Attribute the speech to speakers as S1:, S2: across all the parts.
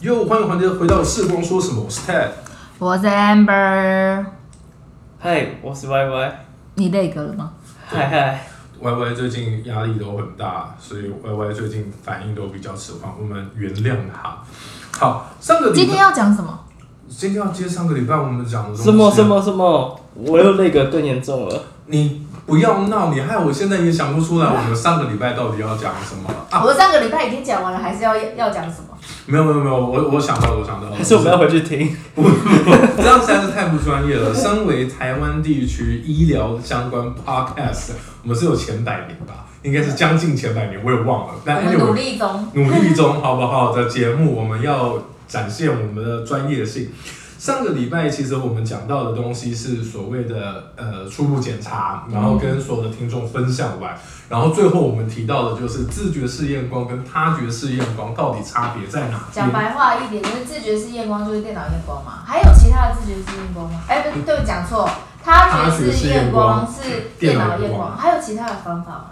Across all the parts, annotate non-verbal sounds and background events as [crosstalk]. S1: 哟，欢迎环节回到世光说什么？我是 Ted。
S2: 我是 Amber，
S3: 嗨，我是 Y Y，
S2: 你累个了吗？
S3: 嗨嗨，
S1: Y Y 最近压力都很大，所以 Y Y 最近反应都比较迟缓，我们原谅他。好，上个礼
S2: 今天
S1: 拜，
S2: 要讲什么？
S1: 今天要接上个礼拜我们讲的东西
S3: 什么什？么什么，我又那个更严重了，
S1: 你不要闹，你害我现在也想不出来，我们上个礼拜到底要讲什么了啊？
S2: 我上个礼拜已经讲完了，还是要要讲什么？
S1: 没有没有没有，我我想到了我想到
S3: [laughs]
S1: 了，
S3: 还哦是我
S1: [laughs]
S3: 们要回去听？
S1: 这样实在是太不专业了。身为台湾地区医疗相关 podcast，我们是有前百名吧，应该是将近前百名，我也忘了。
S2: 我
S1: 但
S2: 们
S1: anyway，
S2: 努力中。
S1: 努力中，好不好？的节目我们要展现我们的专业性。上个礼拜其实我们讲到的东西是所谓的呃初步检查，然后跟所有的听众分享完，然后最后我们提到的就是自觉式验光跟他觉式验光到底差别在哪
S2: 讲
S1: 边？
S2: 白话一点，就是自觉式验光就是电脑验光嘛，还有其他的自觉式验光吗？哎、不对，讲错，他觉式验光是电脑验光，还有其他的方法吗？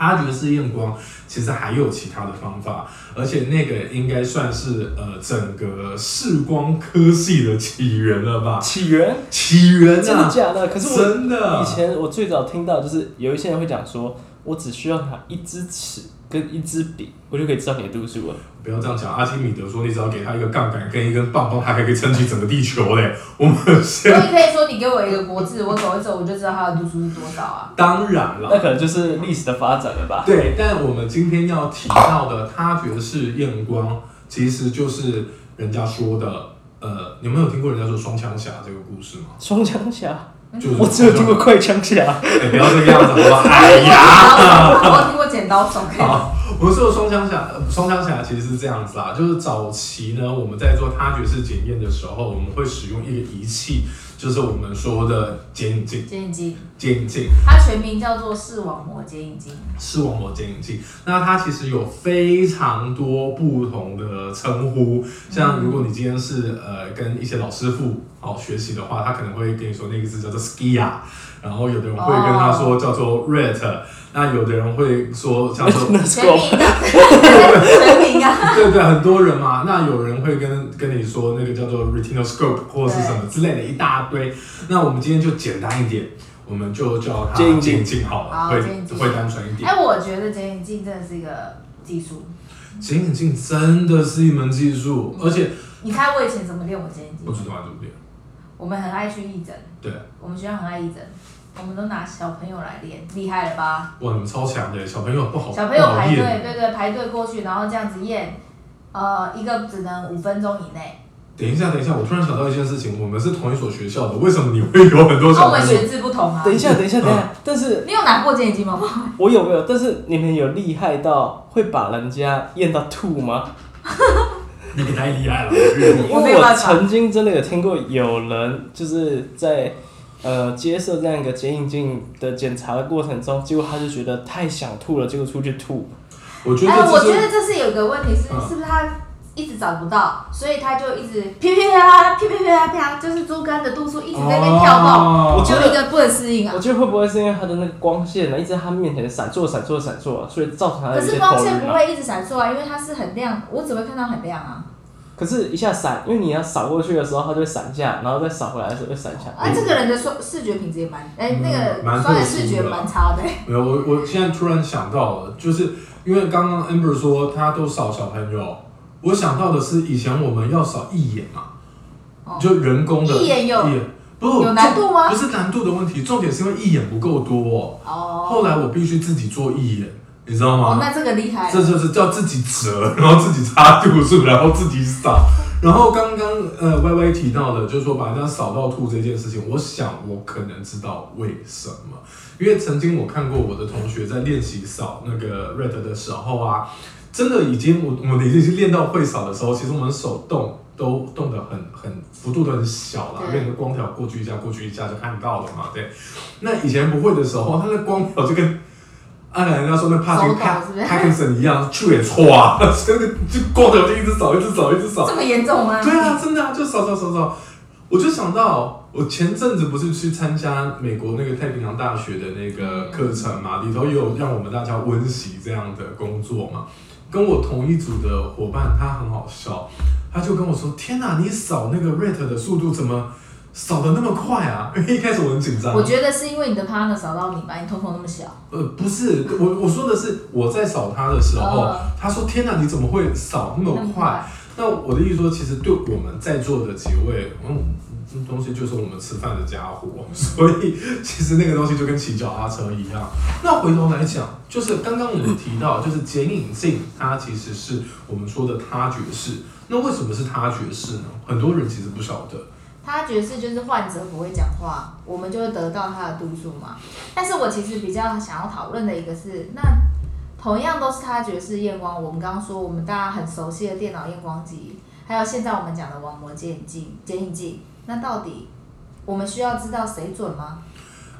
S1: 他觉式验光其实还有其他的方法，而且那个应该算是呃整个视光科系的起源了吧？
S3: 起源？
S1: 起源
S3: 啊真的
S1: 啊，
S3: 假的？可是我
S1: 真的
S3: 以前我最早听到就是有一些人会讲说，我只需要拿一支尺跟一支笔，我就可以知道你的度数了。
S1: 不要这样讲，阿基米德说，你只要给他一个杠杆跟一根棒棒，他还可以撑起整个地球嘞。 [laughs] 我们
S2: 所
S1: 先
S2: 以可以说你给我一个国字，我走一走，我就知道它的度数是多少 [laughs] 啊。
S1: 当然
S3: 那
S1: 了，
S3: 可能就是历史的发展了吧？
S1: 对，但我们今天要提到的他觉式验光，其实就是人家说的，呃，你们有听过人家说双枪侠这个故事吗？
S3: 双枪侠，
S1: 就是
S3: 我只有听过快枪 [laughs] 侠，
S1: 哎，不要这个样子，好不好？哎呀。
S2: 我听过剪刀手，可以吗
S1: 好，我们说的双枪侠，呃双枪侠其实是这样子啦，就是早期呢，我们在做他觉式检验的时候，我们会使用一个仪器，就是我们说的剪影镜，
S2: 剪影机，
S1: 剪影镜。
S2: 它全名叫做视网膜剪影机。
S1: 视网膜剪影镜，那它其实有非常多不同的称呼，像如果你今天是呃跟一些老师傅好、学习的话，他可能会跟你说那个字叫做 skia，然后有的人会跟他说叫做 ret，、那有的人会说叫
S3: [laughs]
S1: 做
S3: 那是
S2: 全
S3: 我
S2: 名啊， [laughs] 全名啊，
S1: 对对，很多人嘛，那有人会跟跟你说那个叫做 retinoscope 或者是什么之类的一大堆，那我们今天就简单一点，我们就叫它
S3: 剪影镜
S1: 剪影镜好了，
S2: 好
S1: 会
S2: 剪影镜
S1: 会单纯一点。
S2: 哎、我觉得剪影镜真的是一个技术。
S1: 剪影镜真的是一门技术，而且
S2: 你猜我以前怎么练我剪影
S1: 不知
S2: 镜？
S1: 道对不对？
S2: 我们很爱去义诊，
S1: 对，
S2: 我们学校很爱义诊，我们都拿小朋友来练，厉害了吧？
S1: 哇，你们超强的，小朋友不好，
S2: 小朋友排
S1: 哦不好
S2: 队，
S1: 验
S2: 对对，排队过去，然后这样子验，呃，一个只能五分钟以内。
S1: 等一下，等一下，我突然想到一件事情，我们是同一所学校的，为什么你会有很多
S2: 那
S1: 小
S2: 我们
S1: 朋友？
S2: 学制不同啊。
S3: 等一下，等一下，等一下，但是
S2: 你有拿过剪影机吗？
S3: 我有没有？但是你们有厉害到会把人家验到吐吗？
S1: 你比太厉害 E 了，我遇过
S3: 因
S2: 我没
S3: 为
S2: 有
S3: 我
S2: 办法
S3: 曾经真的有听过有人就是在呃接受这样一个剪影镜的检查的过程中，结果他就觉得太想吐了，结果出去吐。
S1: 我觉
S2: 哎、
S1: 得
S2: 我
S1: 这
S2: 觉
S1: 是
S2: 得这是有个问题是，
S1: 嗯
S2: 是不是他一直找不到，所以他就一直噼噼啪啪、噼噼啪啪，就是猪肝的度数一直在那边跳动，
S1: 哦
S3: 我
S2: 就
S3: 觉
S2: 一
S3: 得
S2: 个不能适应啊
S3: 我。觉得会不会是因为他的那个光线呢，一直在他面前闪烁、闪烁、闪烁，所以造成他
S2: 可
S3: 有些
S2: 是
S3: 头
S2: 光线
S3: 晕
S2: 不
S3: 啊？
S2: 会一直闪烁啊，因为它是很亮，我只会看到很亮
S1: 嗯
S2: 啊。
S3: 可是，一下闪，因为你要扫过去的时候，它就会闪一下，然后再扫回来的时候又闪一下。
S2: 啊，这个人的双视觉品质也蛮，哎、
S1: 嗯
S2: 那
S1: 蛮
S2: 个
S1: 特殊
S2: 双
S1: 的
S2: 眼视觉蛮差的、
S1: 没有，我我现在突然想到了，就是因为刚刚 Amber 说他都扫小朋友，我想到的是以前我们要扫义眼嘛，
S2: 哦
S1: 就人工的
S2: 义眼有
S1: 义不
S2: 有难度吗
S1: 不是难度的问题，重点是因为义眼不够多、
S2: 哦，
S1: 后来我必须自己做义眼，你知道吗？
S2: 哦，那这个厉害
S1: 这就是叫自己折，然后自己擦度数，然后自己扫。然后刚刚呃歪歪提到的，就是说把人家扫到吐这件事情，我想我可能知道为什么，因为曾经我看过我的同学在练习扫那个 red 的时候啊，真的已经我我们已经练到会扫的时候，其实我们手动都动得很很幅度都很小啦，因
S2: 对
S1: 为你的光条过去一下过去一下就看到了嘛，对。那以前不会的时候，它的光条就跟按人家说那帕金
S2: 手抖
S1: 帕
S2: 是不是
S1: 帕金森一样，去也错啊， [laughs] 真的就光头就一直扫，一直扫，一直扫。
S2: 这么严重吗？
S1: 对啊，真的啊，就扫扫扫扫。我就想到，我前阵子不是去参加美国那个太平洋大学的那个课程嘛，里头也有让我们大家温习这样的工作嘛。跟我同一组的伙伴，他很好笑，他就跟我说：“天哪，你扫那个 rate 的速度怎么扫的那么快啊？”因为一开始我很紧张。
S2: 我觉得是因为你的 partner 扫到你吧，你瞳孔那么小。
S1: 呃，不是，我我说的是我在扫他的时候，
S2: 哦
S1: 他说：“天哪，你怎么会扫那么快？”那我的意思说，其实对我们在座的几位，嗯，这东西就是我们吃饭的家伙， [laughs] 所以其实那个东西就跟骑脚踏车一样。那回头来讲，就是刚刚我们提到，就是剪影镜，它其实是我们说的他爵士。那为什么是他爵士呢？很多人其实不晓得。
S2: 他爵士就是患者不会讲话，我们就会得到他的毒素嘛。但是我其实比较想要讨论的一个是，那同样都是他爵士验光，我们刚刚说我们大家很熟悉的电脑验光机，还有现在我们讲的网膜剪影镜、剪影镜，那到底我们需要知道谁准吗？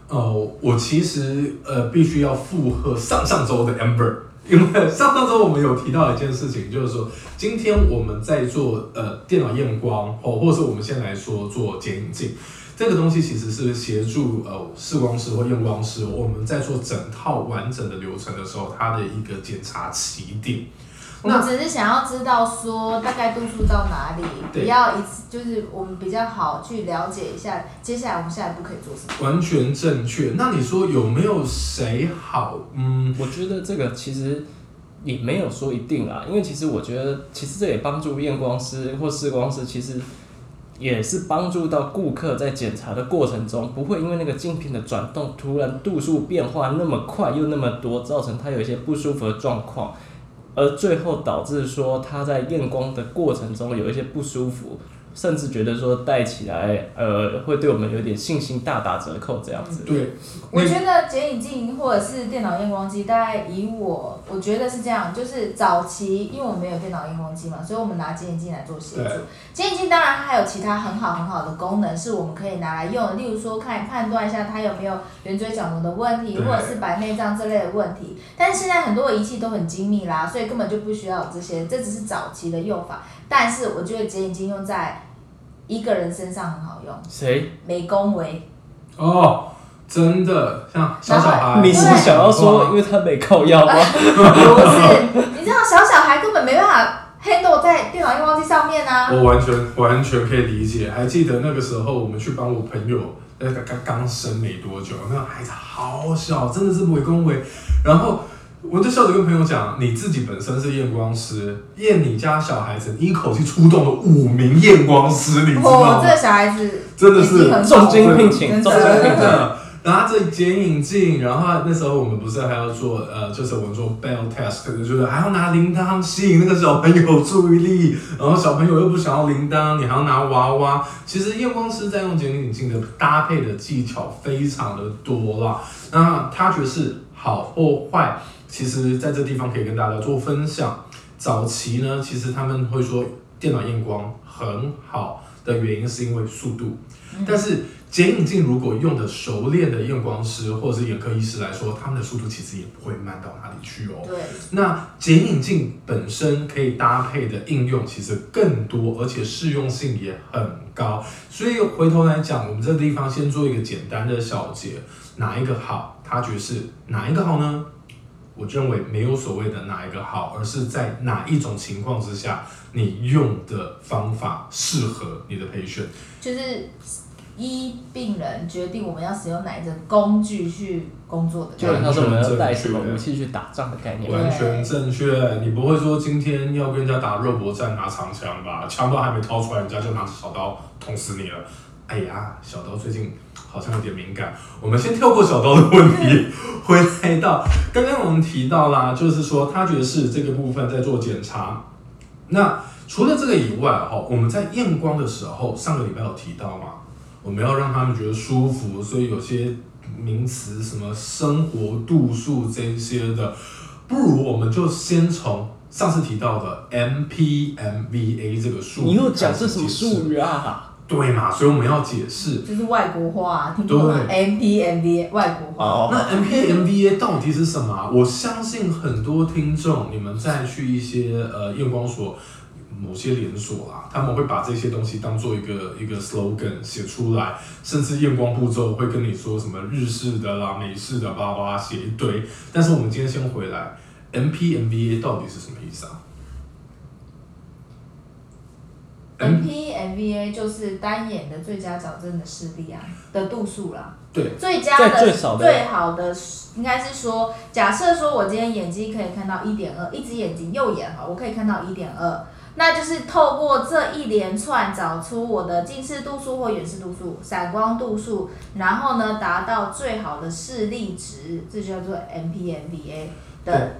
S1: 呃，我其实呃必须要附和上上周的 Amber，因为上上周我们有提到一件事情，就是说今天我们在做呃电脑验光哦，或者是我们先来说做剪影镜。这个东西其实是协助呃视光师或验光师，我们在做整套完整的流程的时候，它的一个检查起点。
S2: 我们只是想要知道说大概度数到哪里，
S1: 对
S2: 不要一次就是我们比较好去了解一下，接下来我们下一步可以做什么。
S1: 完全正确。那你说有没有谁好？嗯，
S3: 我觉得这个其实也没有说一定啊，因为其实我觉得，其实这也帮助验光师或视光师，其实也是帮助到顾客在检查的过程中，不会因为那个镜片的转动突然度数变化那么快又那么多，造成他有一些不舒服的状况。而最后导致说他在验光的过程中有一些不舒服，甚至觉得说戴起来，呃，会对我们有点信心大打折扣这样子。
S1: 对，
S2: 我觉得剪影镜或者是电脑验光机，大概以我我觉得是这样，就是早期因为我们没有电脑验光机嘛，所以我们拿剪影镜来做协助
S1: 对。
S2: 剪影镜当然它还有其他很好很好的功能，是我们可以拿来用的，例如说看判断一下它有没有圆锥角膜的问题，
S1: 对
S2: 或者是白内障这类的问题。但是现在很多仪器都很精密啦，所以根本就不需要有这些，这只是早期的用法。但是我觉得剪影镜用在一个人身上很好用，
S3: 谁
S2: 美工为。
S1: 哦，真的像小小孩，
S3: 你是不是想要说，因为他没靠腰吗？
S2: 不是，你知道小小孩根本没办法 handle 在电脑验光机上面啊。
S1: 我完全完全可以理解。还记得那个时候，我们去帮我朋友，那个刚刚生没多久，那个孩子好小，真的是伪恭维。然后我就笑着跟朋友讲，你自己本身是验光师，验你家小孩子，你一口气出动了五名验光师，你知
S2: 我
S3: 哦
S1: 道
S2: 这
S1: 吗？
S2: 个小孩子
S1: 真的是
S2: 眼睛很好
S3: 重金聘请，
S2: 真的
S3: 重金
S1: 真
S3: 聘请。
S1: 的。拿着剪影镜，然后那时候我们不是还要做呃，就是我们做 bell test，就是还要拿铃铛吸引那个小朋友啊注意力，然后小朋友又不想要铃铛，你还要拿娃娃。其实验光师在用剪影镜的搭配的技巧非常的多啦。那他觉得是好或坏，其实在这地方可以跟大家做分享。早期呢，其实他们会说电脑验光很好的原因是因为速度，但是剪影镜如果用的熟练的验光师或者是眼科医师来说，他们的速度其实也不会慢到哪里去哦。
S2: 对，
S1: 那剪影镜本身可以搭配的应用其实更多，而且适用性也很高。所以回头来讲，我们这个地方先做一个简单的小结，哪一个好？他觉得是哪一个好呢？我认为没有所谓的哪一个好，而是在哪一种情况之下，你用的方法适合你的 patient。
S2: 就是依病人决定我们要使用哪一个工具去工作的。
S3: 就好像是我们要带什么武器去打仗的概念。
S1: 完全正确，你不会说今天要跟人家打肉搏战拿长枪吧？枪都还没掏出来，人家就拿着小刀捅死你了。哎呀，小刀最近好像有点敏感，我们先跳过小刀的问题，回来到刚刚我们提到啦，就是说他爵士这个部分在做检查。那除了这个以外，啊哈，我们在验光的时候，上个礼拜有提到嘛，我们要让他们觉得舒服，所以有些名词什么生活度数这一些的，不如我们就先从上次提到的 MPMVA 这个术语，
S3: 你又讲是什么术？语啊？
S1: 对嘛，所以我们要解释。
S2: 就是外国话，听不懂吗
S1: 对
S2: ？M P M V 外国话。
S3: 哦，
S1: 那 MPMVA 到底是什么、啊？我相信很多听众，你们再去一些呃验光所。某些连锁啦，他们会把这些东西当做一个一个 slogan 写出来，甚至验光步骤会跟你说什么日式的啦、美式的巴拉巴拉写一堆。但是我们今天先回来，MPMVA 到底是什么意思啊？嗯
S2: NPMVA 就是单眼的最佳矫正的视力啊的度数啦。
S1: 对，
S2: 最佳
S3: 在
S2: 的
S3: 最少的
S2: 最好的是应该是说，假设说我今天眼睛可以看到一点二，一只眼睛右眼哈，我可以看到一点二，那就是透过这一连串找出我的近视度数或远视度数、散光度数，然后呢达到最好的视力值，这就叫做 MPMVA 的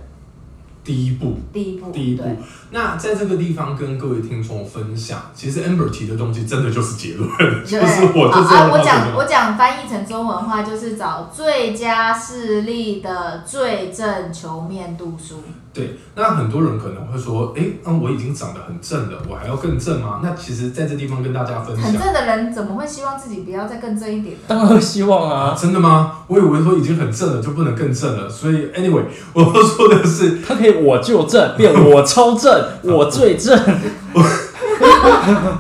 S1: 第一步，
S2: 第一步。
S1: 第一步
S2: 对。
S1: 那在这个地方跟各位听众分享，其实 Amber 提的东西真的就是结论， [laughs] [laughs] 就
S2: 对，
S1: 是我就是
S2: 啊
S1: 要
S2: 啊、
S1: 到
S2: 我
S1: 这
S2: 讲
S1: 个
S2: 我讲翻译成中文话就是找最佳视力的最正球面度数。
S1: 对，那很多人可能会说，哎，那、我已经长得很正了，我还要更正吗？那其实在这地方跟大家分
S2: 很
S1: 享。
S2: 正的人怎么会希望自己不要再更正一点呢？
S3: 当然会希望
S1: 啊，
S3: 啊，
S1: 真的吗？我以为说已经很正了就不能更正了，所以 anyway，我 [laughs] 要说的是，
S3: 他可以我就正变我超 [laughs] 正，我最正，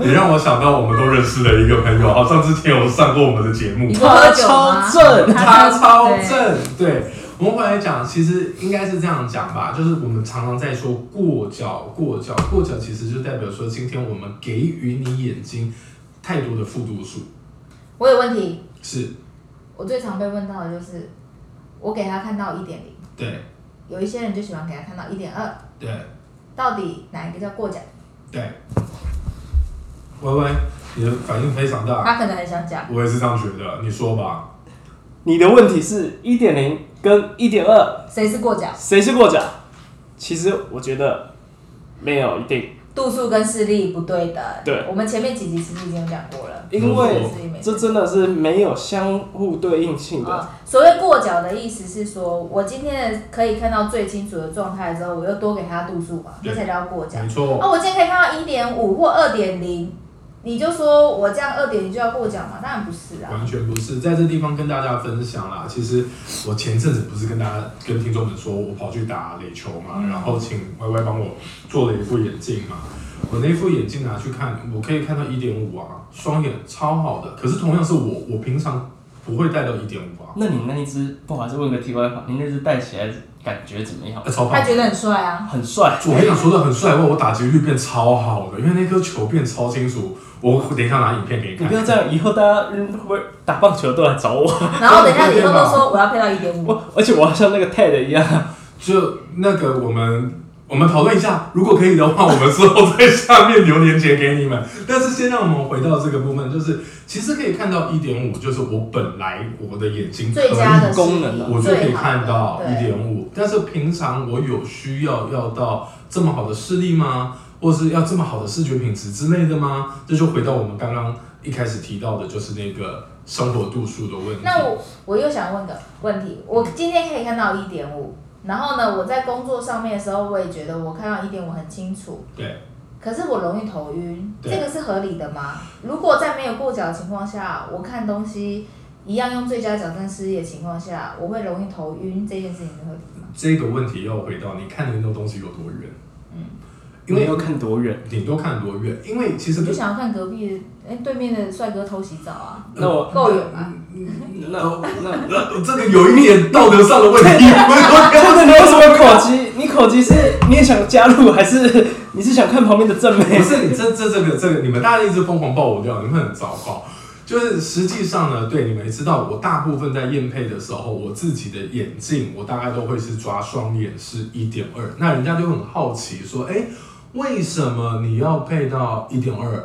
S1: 也让我想到我们都认识的一个朋友，好像之前有上过我们的节目
S2: 你，说喝
S3: 他
S2: 酒
S3: 超
S1: [laughs]
S2: 吗？
S3: 正，
S1: 他超正。对，我们回来讲，其实应该是这样讲吧，就是我们常常在说过角，过角，过角，其实就代表说今天我们给予你眼睛太多的复读数，
S2: 我有问题，
S1: 是
S2: 我最常被问到的就是，我给他看到一点零，
S1: 对，
S2: 有一些人就喜欢给他看到一点二，
S1: 对，
S2: 到底哪一个叫过奖？
S1: 对。歪歪，你的反应非常大，
S2: 他可能很想讲，
S1: 我也是这样觉得，你说吧。
S3: 你的问题是一点零跟一点二
S2: 谁是过奖？
S3: 谁是过奖？其实我觉得没有一定，
S2: 度数跟视力不对等。
S3: 对
S2: 我们前面几集其实已经有讲过了，
S3: 因为
S2: 视力没
S3: 这真的是没有相互对应性的。
S2: 啊，所谓过角的意思是说，我今天可以看到最清楚的状态之后，我又多给他度数嘛，
S1: 对
S2: 这才叫过角
S1: 没。错，
S2: 哦，我今天可以看到一点五或二点零，你就说我这样二点零就要过奖嘛？当然不是啊。
S1: 完全不是，在这地方跟大家分享啦。其实我前阵子不是跟大家、跟听众们说，我跑去打垒球嘛，然后请 Y Y 帮我做了一副眼镜嘛。我那副眼镜拿去看，我可以看到一点五啊，双眼超好的。可是同样是我，我平常不会戴到一点五啊，
S3: 那你那一只，不好意思问个题外话，你那只戴起来感觉怎么样？
S1: 呃超棒
S2: 他。觉得很帅啊，
S1: [laughs]
S3: 很帅，
S1: 我跟你讲，说的很帅，哇我打击率变超好的，因为那颗球变超清楚。我等一下拿影片给你
S3: 你
S1: 看
S3: 不。要这样，以后大家嗯会不会打棒球都来找
S1: [laughs]
S3: 我？
S2: 然后等一下以后都说我要配到一点五，
S3: 我而且我要像那个 TED 一样，
S1: 就那个我们我们讨论一下，如果可以的话，我们之后在下面留链接给你们。但是先让我们回到这个部分，就是其实可以看到一点五，就是我本来我的眼睛可
S2: 最佳的
S1: 以，
S2: 视力
S3: 功能啊
S1: 我就可以看到一
S2: 最好的
S1: 点五。但是平常我有需要要到这么好的视力吗？或是要这么好的视觉品质之类的吗？这就回到我们刚刚一开始提到的，就是那个生活度数的问
S2: 对
S1: 题。
S2: 那我我又想问个问题，我今天可以看到一点五，然后呢，我在工作上面的时候，我也觉得我看到一点五很清楚，
S1: 对。
S2: 可是我容易头晕，这
S1: 对
S2: 个是合理的吗？如果在没有过角的情况下，我看东西一样用最佳矫正视力的情况下，我会容易头晕，这件事情是合理的吗？
S1: 这个问题要回到你看的那东西有多远？
S2: 嗯，
S1: 因为
S3: 要看多远。
S1: 顶多看多远，因为其实
S2: 我就想要看隔壁的，哎、对面的帅哥偷洗澡啊，
S3: 那我
S2: 够远吗？
S3: 那
S1: [laughs]
S3: 那
S1: 呃这个有一点道德上的问
S2: [laughs]
S1: 题。
S3: 真的你有什么口级？你口级是你也想加入，还是你是想看旁边的正 [laughs] 妹
S1: 不？是你这这这个这个，你们大家一直疯狂爆我料，你们很糟糕。就是实际上呢，对你们也知道，我大部分在验配的时候，我自己的眼镜我大概都会是抓双眼是一点二，那人家就很好奇说，哎，为什么你要配到一点二？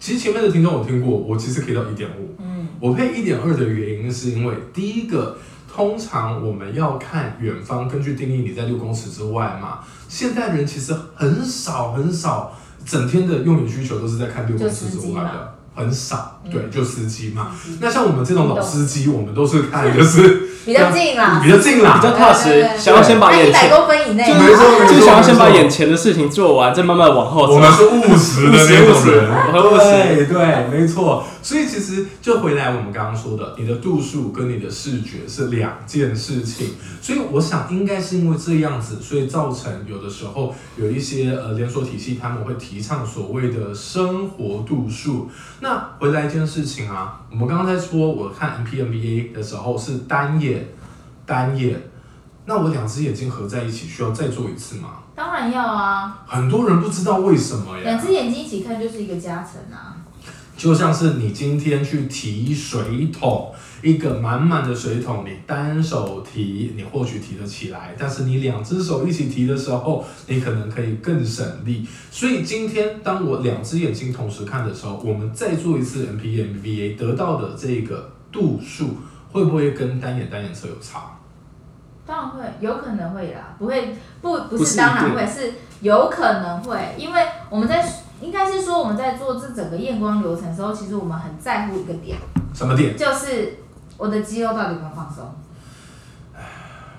S1: 其实前面的听众我听过，我其实可以到一点五，
S2: 嗯，
S1: 我配一点二的原因是因为第一个，通常我们要看远方，根据定义你在六公尺之外嘛。现代人其实很少很少，整天的用眼需求都是在看六公尺之外的，很少。
S2: 嗯
S1: 对，就司机嘛。
S2: 司机
S1: 那像我们这种老司机，我们都是看就是
S2: 比较近啦，
S1: 比较近
S3: 比
S1: 啦。
S3: 较踏实，想要先把
S2: 那一
S3: 眼
S2: 百
S3: 前，
S2: 公分以内
S3: 就
S1: 没错没
S3: 是
S1: 错
S3: 就是想要先把眼前的事情做完，再慢慢往后
S1: [laughs] 我
S3: 走。
S1: 们是务实的那种人，
S3: 务实
S1: 对对，没错。所以其实就回来我们刚刚说的，你的度数跟你的视觉是两件事情。所以我想应该是因为这样子，所以造成有的时候有一些呃连锁体系他们会提倡所谓的生活度数。那回来一件事情啊，我们刚刚在说我看 MPMBA 的时候是单眼单眼，那我两只眼睛合在一起需要再做一次吗？
S2: 当然要啊，
S1: 很多人不知道为什么
S2: 两
S1: 呀，
S2: 只眼睛一起看就是一个加成啊。
S1: 就像是你今天去提水桶，一个满满的水桶，你单手提，你或许提得起来，但是你两只手一起提的时候，你可能可以更省力。所以今天当我两只眼睛同时看的时候，我们再做一次 E NP MVA 得到的这个度数，会不会跟单眼单眼测有差？
S2: 当然会，有可能会啦，不会不不
S3: 不
S2: 是
S3: 是
S2: 当然
S3: 一定
S2: 会是有可能会，因为我们在应该是说我们在做这整个验光流程的时候，其实我们很在乎一个点，
S1: 什么点？
S2: 就是我的肌肉到底有没有放松。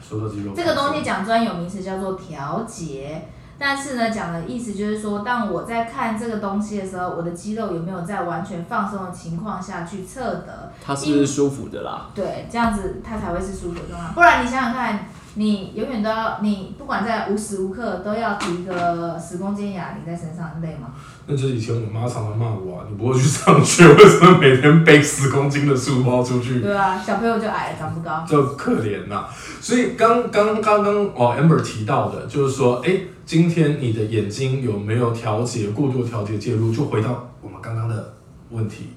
S1: 说到肌肉放松，
S2: 这个东西讲专有名词叫做调节，但是呢，讲的意思就是说，当我在看这个东西的时候，我的肌肉有没有在完全放松的情况下去测得？
S3: 它是舒服的啦。
S2: 对，这样子它才会是舒服的状态。不然你想想看，你永远都要，你不管在无时无刻都要提个十公斤哑铃在身上，累吗？
S1: 那就是以前我妈常常骂我啊，你不会去上学，为什么每天背十公斤的书包出去？
S2: 对啊，小朋友就矮了，长不高。
S1: 就可怜呐、所以刚刚刚刚哦，amber 提到的，就是说，哎、今天你的眼睛有没有调节过度调节介入？就回到我们刚刚的问题，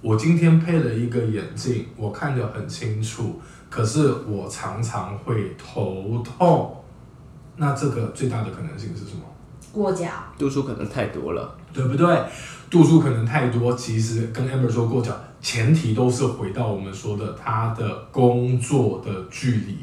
S1: 我今天配了一个眼镜，我看得很清楚，可是我常常会头痛。那这个最大的可能性是什么？
S2: 过脚，
S3: 度数可能太多了，
S1: 对不对？度数可能太多，其实跟 Amber 说过讲，前提都是回到我们说的他的工作的距离。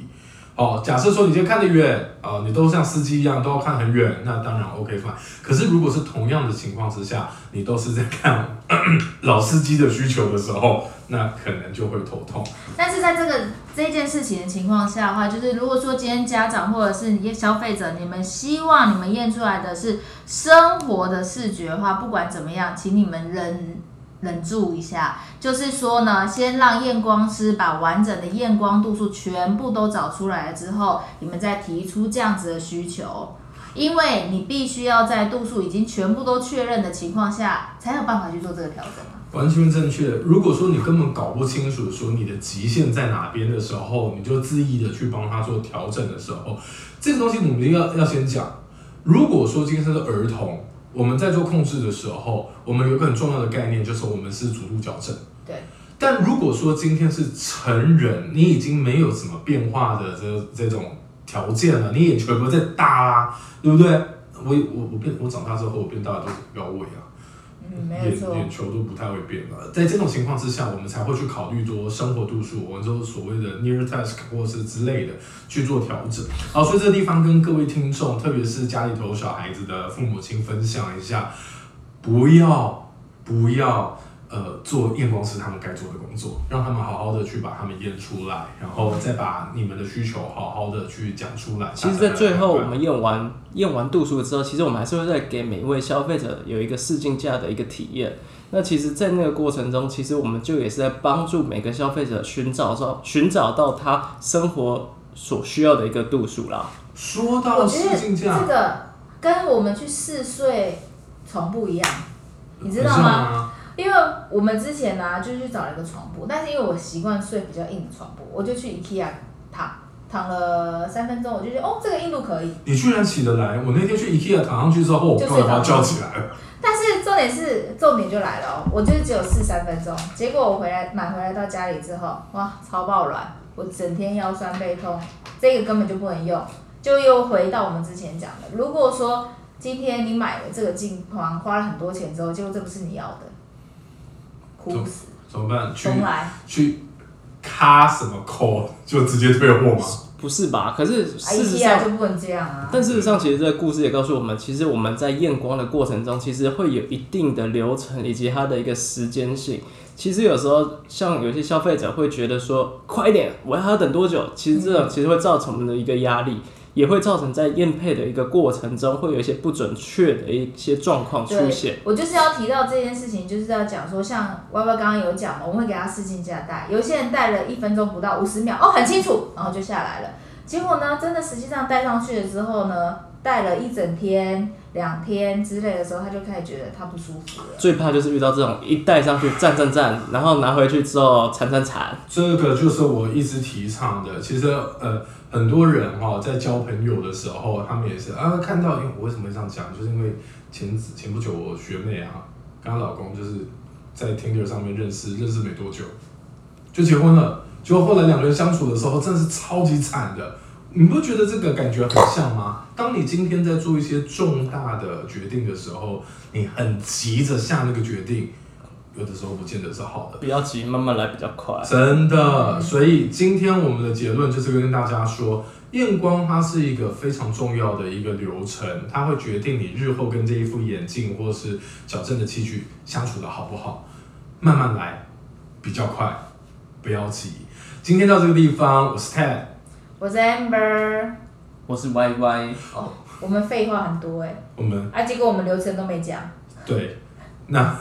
S1: 哦，假设说你今天看得远，啊、你都像司机一样都要看很远，那当然 OK fine。可是如果是同样的情况之下，你都是在看 [coughs] 老司机的需求的时候，那可能就会头痛。
S2: 但是在这个这件事情的情况下的话，就是如果说今天家长或者是你消费者，你们希望你们验出来的是生活的视觉的话，不管怎么样，请你们忍忍住一下，就是说呢，先让验光师把完整的验光度数全部都找出来了之后，你们再提出这样子的需求。因为你必须要在度数已经全部都确认的情况下，才有办法去做这个调整啊。
S1: 完全正确。如果说你根本搞不清楚说你的极限在哪边的时候，你就恣意的去帮他做调整的时候，这个东西我们要要先讲。如果说今天是儿童，我们在做控制的时候，我们有一个很重要的概念，就是我们是主动矫正。
S2: 对。
S1: 但如果说今天是成人，你已经没有什么变化的这这种条件了，你眼球也不在大啦、对不对？我我我变我长大之后，我变大了都是腰围啊。
S2: 嗯，没有
S1: 眼
S2: 错。
S1: 眼球都不太会变了。在这种情况之下，我们才会去考虑多生活度数，我们就是所谓的 near task 或是之类的去做调整。好，所以这个地方跟各位听众，特别是家里头有小孩子的父母亲分享一下，不要不要。呃，做验光师他们该做的工作，让他们好好的去把他们验出来，然后再把你们的需求好好的去讲出来。
S3: 其实，在最后我们验完验完度数之后，其实我们还是会再给每一位消费者有一个试镜价的一个体验。那其实，在那个过程中，其实我们就也是在帮助每个消费者寻找到寻找到他生活所需要的一个度数啦。
S1: 说
S2: 我
S1: 到
S2: 觉
S1: 试
S2: 得
S1: 镜架
S2: 这，个跟我们去试睡床不一样，你知道
S1: 很像
S2: 吗？
S1: 啊？
S2: 因为我们之前呢、就去找了一个床铺，但是因为我习惯睡比较硬的床铺，我就去 IKEA 躺躺了三分钟，我就觉得哦，这个硬度可以。
S1: 你居然起得来！我那天去 IKEA 躺上去之后，我
S2: 就
S1: 朋
S2: 睡
S1: 友把我
S2: 着了
S1: 叫起来了。
S2: 但是重点是，重点就来了、哦，我就只有试三分钟，结果我回来买回来到家里之后，哇，超爆软，我整天腰酸背痛，这个根本就不能用，就又回到我们之前讲的，如果说今天你买了这个镜框，花了很多钱之后，结果这不是你要的，哭死，啊
S1: 怎么办？去
S2: 重来，
S1: 去卡什么扣就直接退货吗？
S3: 不是吧？可是事实
S2: i
S3: 上
S2: k，就不能这样啊，
S3: 但事实上，其实这个故事也告诉我们，其实我们在验光的过程中，其实会有一定的流程以及它的一个时间性。其实有时候，像有些消费者会觉得说，快一点，我要还要等多久？其实这种其实会造成我们的一个压力，也会造成在验配的一个过程中，会有一些不准确的一些状况出
S2: 对
S3: 现。
S2: 我就是要提到这件事情，就是要讲说，像 Y Y 刚刚有讲嘛，我们会给他试镜架带，有些人戴了一分钟不到五十秒，哦，很清楚，然后就下来了。结果呢，真的实际上戴上去了之后呢，戴了一整天、两天之类的时候，他就开始觉得他不舒服了。
S3: 最怕就是遇到这种一带上去赞赞赞，然后拿回去之后惨惨惨。
S1: 这个就是我一直提倡的。其实呃，很多人哦，在交朋友的时候，他们也是啊，看到，因为我为什么会这样讲，就是因为前前不久我学妹啊，跟她老公就是在 Tinder 上面认识，认识没多久就结婚了，结果后来两个人相处的时候，真的是超级惨的。你不觉得这个感觉很像吗？当你今天在做一些重大的决定的时候，你很急着下那个决定，有的时候不见得是好的。
S3: 不要急，慢慢来比较快。
S1: 真的，所以今天我们的结论就是跟大家说，验光它是一个非常重要的一个流程，它会决定你日后跟这一副眼镜或是矫正的器具相处的好不好。慢慢来，比较快，不要急。今天到这个地方，我是 Ted，
S2: 我是 Amber，
S3: 我是 Y Y，
S2: 哦，我们废话很多哎、
S1: 我们
S2: 啊，结果我们流程都没讲，
S1: 对，那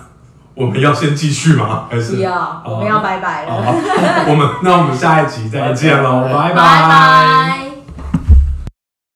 S1: 我们要先继续吗？还是
S2: 不
S3: 哦
S2: 要，我们要拜拜了，
S1: 好，我们那我们下一集再见喽，
S3: 拜
S1: 拜
S2: 拜拜。